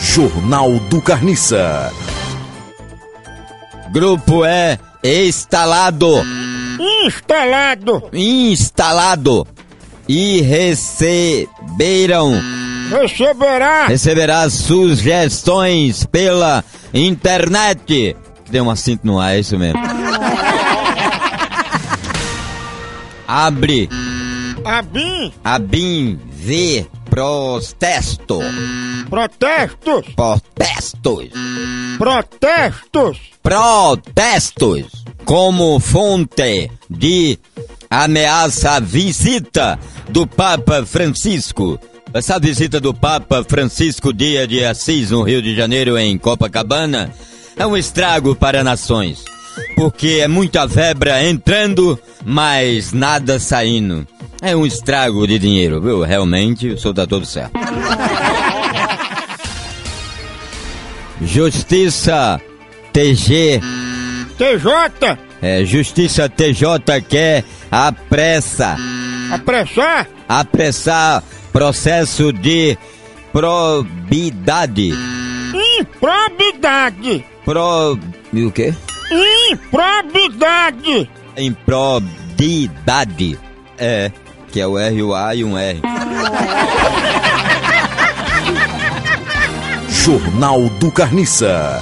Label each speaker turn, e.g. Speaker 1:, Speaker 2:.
Speaker 1: Jornal do Carniça.
Speaker 2: Grupo é instalado,
Speaker 3: Instalado,
Speaker 2: instalado e receberam,
Speaker 3: receberá
Speaker 2: receberá sugestões pela internet. Deu um assinto no ar, é isso mesmo. Abre
Speaker 3: a BIM
Speaker 2: a BIM V protesto,
Speaker 3: protestos,
Speaker 2: protestos.
Speaker 3: protestos,
Speaker 2: protestos como fonte de ameaça à visita do Papa Francisco. Essa visita do Papa Francisco dia de Assis no Rio de Janeiro em Copacabana é um estrago para nações, porque é muita vebra entrando, mas nada saindo. É um estrago de dinheiro, viu? Realmente, o senhor tá todo certo. Justiça TG
Speaker 3: TJ,
Speaker 2: é, Justiça TJ quer apressa,
Speaker 3: apressar,
Speaker 2: apressar processo de probidade.
Speaker 3: improbidade,
Speaker 2: Pro. e o quê?
Speaker 3: improbidade,
Speaker 2: Improbidade. É, que é o R, o A e um R.
Speaker 1: Jornal do Carniça.